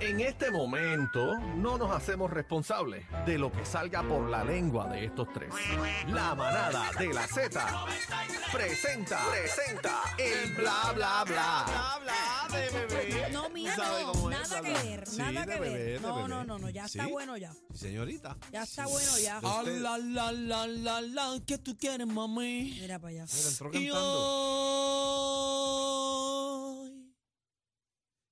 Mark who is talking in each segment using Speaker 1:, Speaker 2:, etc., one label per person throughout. Speaker 1: En este momento no nos hacemos responsables de lo que salga por la lengua de estos tres. La manada de la Z presenta, presenta el bla bla bla.
Speaker 2: No, mía,
Speaker 3: ¿Sabe
Speaker 2: no.
Speaker 3: cómo es?
Speaker 2: Nada que
Speaker 3: Habla.
Speaker 2: ver,
Speaker 3: Sí,
Speaker 2: nada
Speaker 3: de
Speaker 2: que
Speaker 3: bebé, de
Speaker 2: ver. No,
Speaker 3: bebé.
Speaker 2: no, no, no, ya está
Speaker 3: Sí.
Speaker 2: bueno ya.
Speaker 3: Señorita.
Speaker 2: Ya está bueno ya.
Speaker 3: Ah, usted-
Speaker 4: la la la la la que tú quieres mami
Speaker 2: Mira para allá.
Speaker 3: Mira, entró
Speaker 4: y
Speaker 3: cantando.
Speaker 4: hoy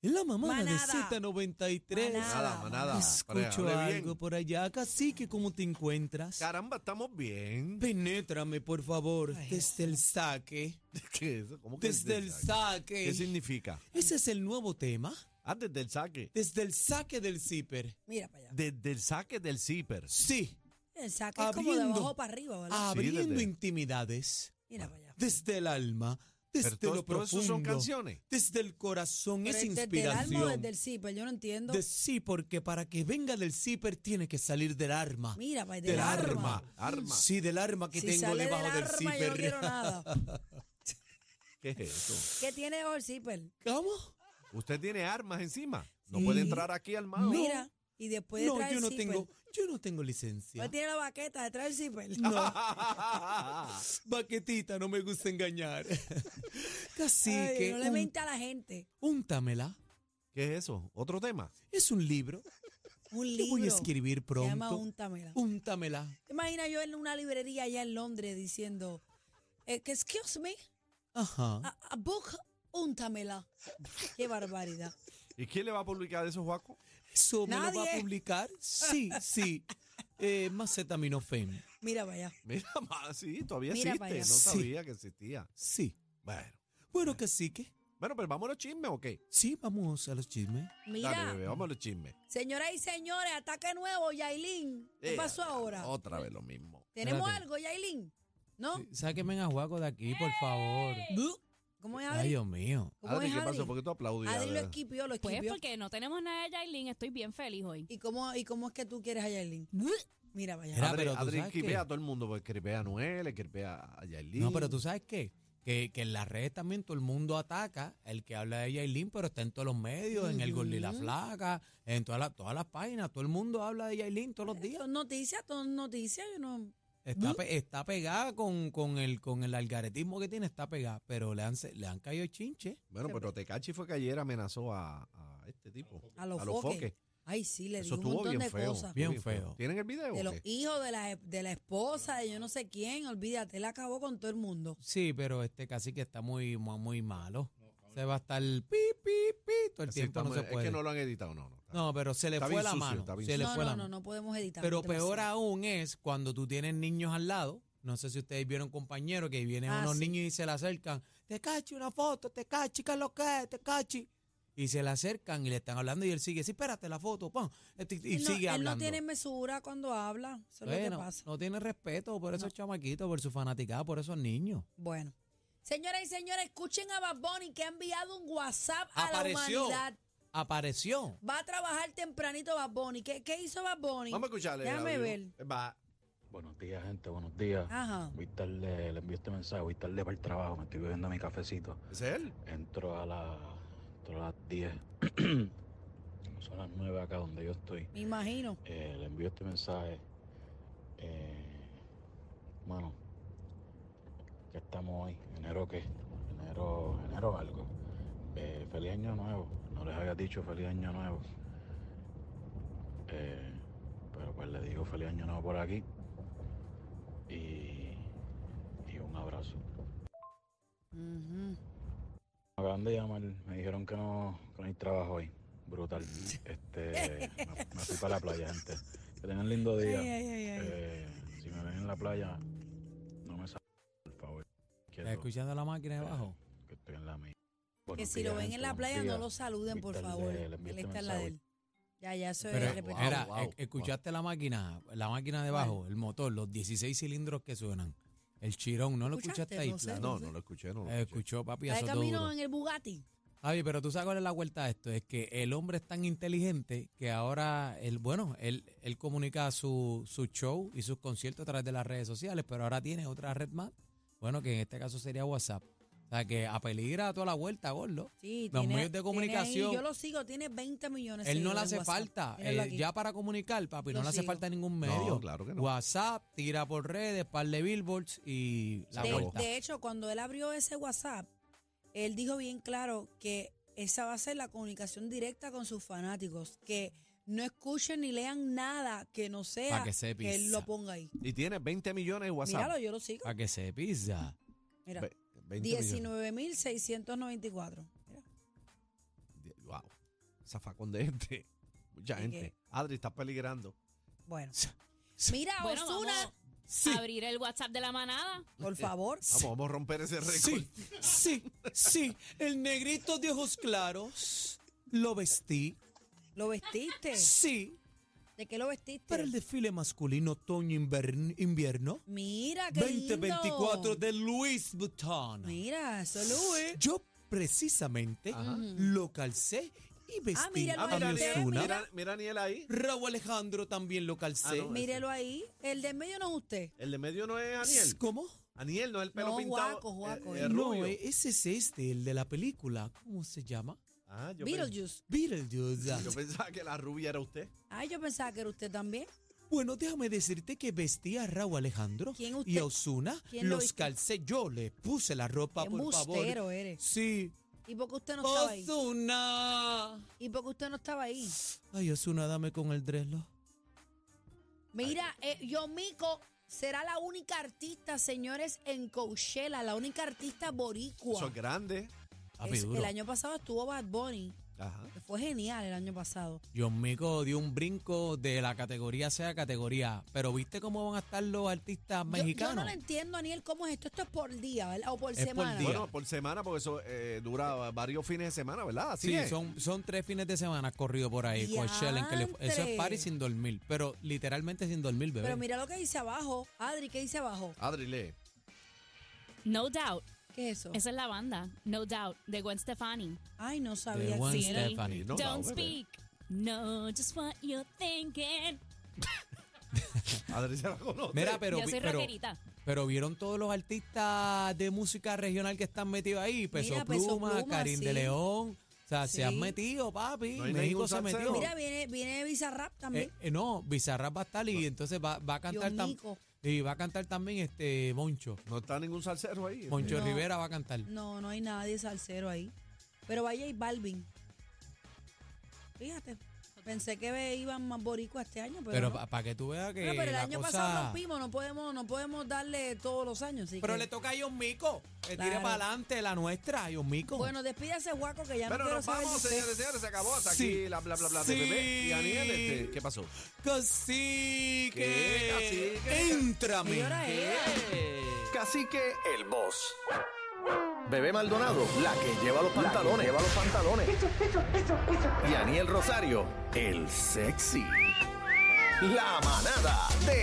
Speaker 4: en la mamada de
Speaker 2: Manada.
Speaker 4: Z93
Speaker 2: Manada.
Speaker 3: Nada, manada.
Speaker 4: escucho
Speaker 3: Hable bien.
Speaker 4: algo por allá casi que como te encuentras
Speaker 3: Caramba, estamos bien.
Speaker 4: penétrame por favor desde el saque
Speaker 3: ¿Qué es eso? ¿Cómo que
Speaker 4: desde el
Speaker 3: saque? ¿Qué
Speaker 4: saque
Speaker 3: significa?
Speaker 4: ese es el nuevo tema
Speaker 3: Ah, desde el saque.
Speaker 4: desde el saque del zipper
Speaker 2: Mira para allá.
Speaker 3: Desde el saque del zipper.
Speaker 4: sí
Speaker 2: El saque es como de
Speaker 4: Abriendo.
Speaker 2: abajo para arriba, ¿verdad?
Speaker 4: abriendo
Speaker 3: desde-
Speaker 4: intimidades
Speaker 2: Mira para allá.
Speaker 4: desde el alma
Speaker 3: Pero
Speaker 4: desde
Speaker 3: todo,
Speaker 4: lo
Speaker 3: todo eso son
Speaker 4: profundo
Speaker 3: canciones.
Speaker 4: desde el corazón
Speaker 2: Pero
Speaker 4: es
Speaker 2: es desde el
Speaker 4: inspiración
Speaker 2: alma o desde el zipper, yo no entiendo.
Speaker 4: De sí, porque para que venga del zipper tiene que salir del arma.
Speaker 2: Mira para allá.
Speaker 4: del
Speaker 2: del
Speaker 4: arma.
Speaker 3: Arma.
Speaker 4: Sí, del arma que
Speaker 2: si
Speaker 4: tengo
Speaker 2: sale
Speaker 4: debajo
Speaker 2: del
Speaker 4: del,
Speaker 2: arma, yo no
Speaker 4: zipper.
Speaker 2: quiero nada.
Speaker 3: ¿Qué es eso?
Speaker 2: ¿Qué tiene debajo el zipper?
Speaker 4: ¿Cómo?
Speaker 3: Usted tiene armas encima. No
Speaker 4: Sí.
Speaker 3: puede entrar aquí armado.
Speaker 2: Mira. Y después de
Speaker 4: No,
Speaker 2: traer
Speaker 4: yo no
Speaker 2: el zipper.
Speaker 4: tengo, yo no tengo licencia.
Speaker 2: Pues tiene la baqueta detrás del zipper.
Speaker 4: No, baquetita, no me gusta engañar. Así
Speaker 2: Ay,
Speaker 4: que
Speaker 2: no le
Speaker 4: un-
Speaker 2: mente a la gente.
Speaker 4: úntamela.
Speaker 3: ¿Qué es eso? ¿Otro tema?
Speaker 4: Es un libro
Speaker 2: Un
Speaker 4: que
Speaker 2: libro.
Speaker 4: voy a escribir
Speaker 2: Se llama
Speaker 4: pronto.
Speaker 2: Úntamela.
Speaker 4: Úntamela.
Speaker 2: ¿Te imaginas yo en una librería allá en Londres diciendo, eh, que, excuse me,
Speaker 4: Ajá.
Speaker 2: a, a book, úntamela? Qué barbaridad.
Speaker 3: ¿Y quién le va a publicar eso, Juaco?
Speaker 4: ¿Eso me lo va a
Speaker 2: Nadie.
Speaker 4: publicar? Sí, sí. Eh, Macetaminofen.
Speaker 2: Mira vaya.
Speaker 3: Mira, ma, sí, todavía
Speaker 2: Mira para
Speaker 3: existe.
Speaker 2: allá.
Speaker 3: No
Speaker 4: Sí.
Speaker 3: sabía que existía.
Speaker 4: Sí.
Speaker 3: Bueno. Eh.
Speaker 4: Bueno, que sí que.
Speaker 3: Bueno, pero vamos a los chismes o qué?
Speaker 4: Sí, vamos a los chismes.
Speaker 3: Dale,
Speaker 2: Mira,
Speaker 3: bebé, vamos a los chismes.
Speaker 2: señoras y señores, ataque nuevo, Yailin. ¿Qué
Speaker 3: Eh,
Speaker 2: pasó ahora?
Speaker 3: Otra vez lo mismo.
Speaker 2: ¿Tenemos
Speaker 4: espérate.
Speaker 2: algo, Yailin? ¿No?
Speaker 4: Eh, Sáquenme a Juaco de aquí, por favor.
Speaker 2: Bu- ¿Cómo es
Speaker 4: Ay,
Speaker 2: Adri?
Speaker 4: Dios mío.
Speaker 2: ¿Cómo
Speaker 3: Adri,
Speaker 2: es
Speaker 3: ¿qué
Speaker 2: Adri?
Speaker 3: pasó? ¿Por qué tú aplaudías?
Speaker 2: Adri lo
Speaker 3: ¿verdad?
Speaker 2: esquipió, lo
Speaker 5: Pues
Speaker 2: esquipió.
Speaker 5: porque no tenemos nada de Yailin, estoy bien feliz hoy.
Speaker 2: ¿Y cómo, ¿Y cómo es que tú quieres a Yailin? Mira vaya.
Speaker 4: Era-
Speaker 3: Adri,
Speaker 4: pero tú
Speaker 3: Adri
Speaker 4: sabes
Speaker 3: esquipea
Speaker 4: qué.
Speaker 3: a todo el mundo, pues esquipea a Noel, esquipea a Yailin.
Speaker 4: No, pero tú sabes qué? Que, que en las redes también todo el mundo ataca. El que habla de Yailin, pero está en todos los medios, en el Gordo y la Flaca, en todas las todas las páginas. Todo el mundo habla de Yailin todos los días.
Speaker 2: Son noticias, son noticias. yo no-
Speaker 4: Está, pe- está pegada con, con, el, con el algaretismo que tiene, está pegada. Pero le han, se- le han caído chinche.
Speaker 3: Bueno, pero Tecachi fue que ayer amenazó a, a este tipo.
Speaker 2: A los,
Speaker 3: foques.
Speaker 2: foques. Ay, sí, le digo
Speaker 3: Eso
Speaker 2: un
Speaker 3: estuvo
Speaker 2: montón
Speaker 3: bien
Speaker 2: de
Speaker 3: feo.
Speaker 2: cosas.
Speaker 4: Bien feo.
Speaker 3: ¿Tienen el video?
Speaker 2: de
Speaker 3: o
Speaker 2: los
Speaker 3: qué?
Speaker 2: hijos, de la, e, de la esposa, de yo no sé quién, olvídate, él acabó con todo el mundo.
Speaker 4: Sí, pero este casi que está muy, muy, muy malo. Se va a estar pi, pi, pi todo el
Speaker 3: Así
Speaker 4: tiempo.
Speaker 3: estamos-
Speaker 4: No se
Speaker 3: Es
Speaker 4: puede.
Speaker 3: que no lo han editado, no, no.
Speaker 4: No, pero se le
Speaker 3: Está
Speaker 4: fue
Speaker 3: bien
Speaker 4: la
Speaker 3: sucio,
Speaker 4: mano.
Speaker 3: está bien
Speaker 4: Se le
Speaker 2: no,
Speaker 4: fue
Speaker 2: no,
Speaker 4: la
Speaker 2: no,
Speaker 4: mano.
Speaker 2: no podemos editar.
Speaker 4: Pero
Speaker 2: demasiado.
Speaker 4: peor aún es cuando tú tienes niños al lado. No sé si ustedes vieron compañeros que vienen
Speaker 2: Ah,
Speaker 4: unos
Speaker 2: sí.
Speaker 4: niños y se le acercan. Te cachi una foto, te cachi, ¿qué es lo que es? Te cachi. Y se le acercan y le están hablando y él sigue, sí, espérate la foto, pam, este, y
Speaker 2: Él no- él
Speaker 4: sigue hablando.
Speaker 2: no tiene mesura cuando habla, eso es lo
Speaker 4: Bueno,
Speaker 2: que pasa.
Speaker 4: no tiene respeto por esos
Speaker 2: No.
Speaker 4: chamaquitos, por su fanaticada, por esos niños.
Speaker 2: Bueno. Señoras y señores, escuchen a Bad Bunny que ha enviado un WhatsApp a la
Speaker 4: Apareció.
Speaker 2: humanidad.
Speaker 4: Apareció.
Speaker 2: Va a trabajar tempranito Bad Bunny. ¿Qué, qué hizo Bad Bunny?
Speaker 3: Vamos a escucharle.
Speaker 2: Déjame
Speaker 3: audio.
Speaker 2: ver.
Speaker 3: Va.
Speaker 6: Buenos días, gente, buenos días.
Speaker 2: Ajá.
Speaker 6: Voy tarde, le envío este mensaje, voy tarde para el trabajo, me estoy bebiendo mi cafecito.
Speaker 3: ¿Es él?
Speaker 6: Entro a, la, entro a las 10, son las 9 acá donde yo estoy.
Speaker 2: Me imagino.
Speaker 6: Eh, le envío este mensaje. Eh, mano, que estamos hoy, enero qué, enero, enero algo. Eh, feliz año nuevo, no les había dicho feliz año nuevo. Eh, pero pues le digo feliz año nuevo por aquí. Y, y un abrazo.
Speaker 2: Ujú.
Speaker 6: Me acaban de llamar, me dijeron que no, que no hay trabajo hoy. Brutal. Este, me, me fui para la playa, gente. Que tengan lindo día.
Speaker 2: Ay, ay, ay, ay.
Speaker 6: Eh, si me ven en la playa, no me salgan, por favor. Quiero
Speaker 4: ¿Estás escuchando la máquina de abajo?
Speaker 6: que estoy en la mía.
Speaker 2: Que
Speaker 6: Buenos
Speaker 2: si lo
Speaker 6: días,
Speaker 2: ven
Speaker 6: gente, eh,
Speaker 2: en la
Speaker 6: buenos
Speaker 2: playa no
Speaker 6: días.
Speaker 2: lo saluden, por
Speaker 6: Víctor de-
Speaker 2: favor.
Speaker 6: el
Speaker 2: Él
Speaker 6: ambiente
Speaker 2: está en la de
Speaker 6: Mensagüe.
Speaker 2: él. Ya, ya, eso
Speaker 4: Pero,
Speaker 2: es
Speaker 3: wow,
Speaker 2: repetido.
Speaker 4: mira,
Speaker 3: wow,
Speaker 4: e- escuchaste la máquina, la máquina de abajo, el motor, los 16 cilindros que suenan. El chirón, ¿no lo escuchaste
Speaker 2: ¿Escuchaste?
Speaker 4: ahí?
Speaker 2: No sé.
Speaker 4: Claro.
Speaker 3: No, no lo escuché, no lo
Speaker 4: Eh,
Speaker 3: escuché.
Speaker 4: Escuchó, papi,
Speaker 2: Está
Speaker 4: eso
Speaker 2: de
Speaker 4: todo
Speaker 2: camino
Speaker 4: duro.
Speaker 2: en el Bugatti.
Speaker 4: Javi, pero tú sabes cuál es la vuelta a esto, es que el hombre es tan inteligente que ahora, él, bueno, él, él comunica su, su show y sus conciertos a través de las redes sociales, pero ahora tiene otra red más, bueno, que en este caso sería WhatsApp. O sea, que apeligra a toda la vuelta, gordo.
Speaker 2: Sí,
Speaker 4: Los
Speaker 2: tiene-
Speaker 4: medios
Speaker 2: tiene
Speaker 4: de
Speaker 2: ahí-
Speaker 4: comunicación.
Speaker 2: yo lo sigo, tiene 20 millones. de
Speaker 4: Él no le
Speaker 2: seguidores en
Speaker 4: hace
Speaker 2: WhatsApp.
Speaker 4: falta,
Speaker 2: Míralo
Speaker 4: eh,
Speaker 2: aquí.
Speaker 4: ya para comunicar, papi, no
Speaker 2: Lo
Speaker 4: le hace
Speaker 2: sigo.
Speaker 4: falta ningún medio.
Speaker 3: claro que no.
Speaker 4: WhatsApp, tira por redes, par de billboards y la
Speaker 2: de,
Speaker 4: vuelta.
Speaker 2: de hecho, cuando él abrió ese WhatsApp, él dijo bien claro que esa va a ser la comunicación directa con sus fanáticos, que no escuchen ni lean nada que no sea
Speaker 4: Pa' que se
Speaker 2: él
Speaker 4: pisa.
Speaker 2: lo ponga ahí.
Speaker 3: Y tiene 20 millones de WhatsApp.
Speaker 2: Míralo, yo lo sigo.
Speaker 4: Para que se pisa.
Speaker 2: Mira,
Speaker 3: Ve- 20 millones.
Speaker 2: 19.694. Mira.
Speaker 3: Die- Wow. Zafacón de gente. Mucha
Speaker 2: ¿De
Speaker 3: gente.
Speaker 2: qué?
Speaker 3: Adri, estás peligrando.
Speaker 2: Bueno.
Speaker 4: sí.
Speaker 2: Mira,
Speaker 5: Bueno,
Speaker 2: Osuna,
Speaker 5: vamos a abrir el WhatsApp de la manada.
Speaker 2: por favor.
Speaker 3: Vamos, vamos a romper ese récord.
Speaker 4: Sí, sí, sí. El negrito de ojos claros lo vestí.
Speaker 2: ¿Lo vestiste?
Speaker 4: Sí,
Speaker 2: ¿De qué lo vestiste?
Speaker 4: para el desfile masculino otoño-invierno
Speaker 2: Mira, qué
Speaker 4: 2024
Speaker 2: lindo.
Speaker 4: de Louis Vuitton.
Speaker 2: Mira, solo es.
Speaker 4: Yo precisamente lo calcé y
Speaker 2: Ah,
Speaker 4: vestí
Speaker 2: míralo,
Speaker 4: a mi
Speaker 2: míralo,
Speaker 4: Ozuna.
Speaker 2: mira.
Speaker 3: Mira, mira a Aniel ahí.
Speaker 4: Raúl Alejandro también lo calcé.
Speaker 3: Ah, no,
Speaker 2: Mírelo ahí. El de en medio no es usted.
Speaker 3: El de medio no es Aniel.
Speaker 4: ¿Cómo?
Speaker 3: Aniel no es el pelo
Speaker 2: No,
Speaker 3: pintado.
Speaker 2: Juaco, Juaco,
Speaker 3: eh,
Speaker 2: eh.
Speaker 3: eh,
Speaker 4: No,
Speaker 3: rubio.
Speaker 4: eh, ese es este, el de la película. ¿Cómo se llama?
Speaker 3: Ah, yo, pens-
Speaker 2: Beetlejuice.
Speaker 4: Beetlejuice.
Speaker 3: yo pensaba que la rubia era usted.
Speaker 2: Ay, yo pensaba que era usted también.
Speaker 4: Bueno, déjame decirte que vestí a Raúl Alejandro
Speaker 2: ¿Quién usted-
Speaker 4: y a Osuna.
Speaker 2: quién lo
Speaker 4: Los
Speaker 2: vistió?
Speaker 4: calcé yo, le puse la ropa,
Speaker 2: Qué
Speaker 4: por favor.
Speaker 2: embustero eres.
Speaker 4: Sí.
Speaker 2: ¿Y por qué usted no estaba ahí?
Speaker 4: Osuna.
Speaker 2: ¿Y por qué usted no estaba ahí?
Speaker 4: Ay, Osuna, dame con el dreslo.
Speaker 2: Mira, eh, Yomiko será la única artista, señores, en Coachella, la única artista
Speaker 3: Eso
Speaker 2: boricua.
Speaker 3: es grande.
Speaker 4: Papi,
Speaker 2: Es-
Speaker 4: duro.
Speaker 2: el año pasado estuvo Bad Bunny,
Speaker 3: Ajá.
Speaker 2: que fue genial el año pasado.
Speaker 4: John Mico dio un brinco de la categoría sea categoría. Pero ¿viste cómo van a estar los
Speaker 2: Yo- Yo,
Speaker 4: artistas
Speaker 2: no
Speaker 4: mexicanos?
Speaker 2: lo entiendo, Aniel, cómo es esto. Esto es por día, ¿verdad? O por
Speaker 4: Es por
Speaker 2: semana.
Speaker 4: día.
Speaker 3: Bueno, por semana, porque eso eh, dura varios fines de semana, ¿verdad? Así
Speaker 4: Sí,
Speaker 3: es.
Speaker 4: son, son tres fines de semana corrido por ahí. Coachella, en que le- eso es party
Speaker 2: ¡Diantre!
Speaker 4: sin dormir. Pero literalmente sin dormir, bebé.
Speaker 2: Pero mira lo que dice abajo. Adri, ¿qué dice abajo?
Speaker 3: Adri, lee.
Speaker 5: No Doubt.
Speaker 2: ¿Qué es eso?
Speaker 5: Esa es la banda. No Doubt, de Gwen Stefani.
Speaker 2: Ay, no
Speaker 4: De
Speaker 2: sabía.
Speaker 4: Gwen
Speaker 2: que-
Speaker 5: Sí, él-
Speaker 4: Stefani.
Speaker 3: No,
Speaker 5: Don't
Speaker 3: no, bebé.
Speaker 5: speak. No, just what you're thinking.
Speaker 3: Adri se la conoce.
Speaker 4: Mira, pero,
Speaker 5: Yo
Speaker 4: vi-
Speaker 5: soy
Speaker 4: pero,
Speaker 5: rockerita.
Speaker 4: pero vieron todos los artistas de música regional que están metidos ahí. Peso
Speaker 2: Mira, Peso
Speaker 4: Pluma,
Speaker 2: Pluma,
Speaker 4: Karim
Speaker 2: sí.
Speaker 4: de León. O sea,
Speaker 2: Sí.
Speaker 4: se han metido, papi.
Speaker 3: No hay
Speaker 4: México
Speaker 3: ningún
Speaker 4: se
Speaker 3: salsero.
Speaker 4: metió.
Speaker 2: Mira, viene, viene Bizarrap también.
Speaker 4: Eh, eh, no, Bizarrap va a estar y entonces va, va a cantar también.
Speaker 2: Dionico.
Speaker 4: Y va a cantar también este Moncho.
Speaker 3: No está ningún salsero ahí.
Speaker 4: Moncho
Speaker 2: No.
Speaker 4: Rivera va a cantar.
Speaker 2: No, no hay nadie salsero ahí. Pero vaya y Balvin. Fíjate. Pensé que ve- iban más boricuas este año, pero.
Speaker 4: pero
Speaker 2: no.
Speaker 4: para que tú veas que.
Speaker 2: Bueno, pero el
Speaker 4: la
Speaker 2: año
Speaker 4: cosa-
Speaker 2: pasado rompimos, no podemos, no podemos darle todos los años. así
Speaker 4: Pero
Speaker 2: que-
Speaker 4: le toca a John Mico. Que tire
Speaker 2: Claro.
Speaker 4: para adelante la nuestra, John Mico.
Speaker 2: Bueno, despídase, Guaco, que ya no
Speaker 3: Pero
Speaker 2: quiero
Speaker 3: nos
Speaker 2: saber de
Speaker 3: vamos,
Speaker 2: usted.
Speaker 3: señores, señores. Se acabó hasta
Speaker 4: Sí.
Speaker 3: aquí la bla, bla, bla
Speaker 4: Sí.
Speaker 3: de bebé. Y Aniel, este, ¿qué pasó?
Speaker 4: Cacique.
Speaker 3: ¿Qué? Cacique.
Speaker 4: Éntrame.
Speaker 2: Señora, eh,
Speaker 1: Cacique el boss. Bebé Maldonado, la que lleva los pantalones. lleva los pantalones. Y Aniel Rosario, el sexy. La manada de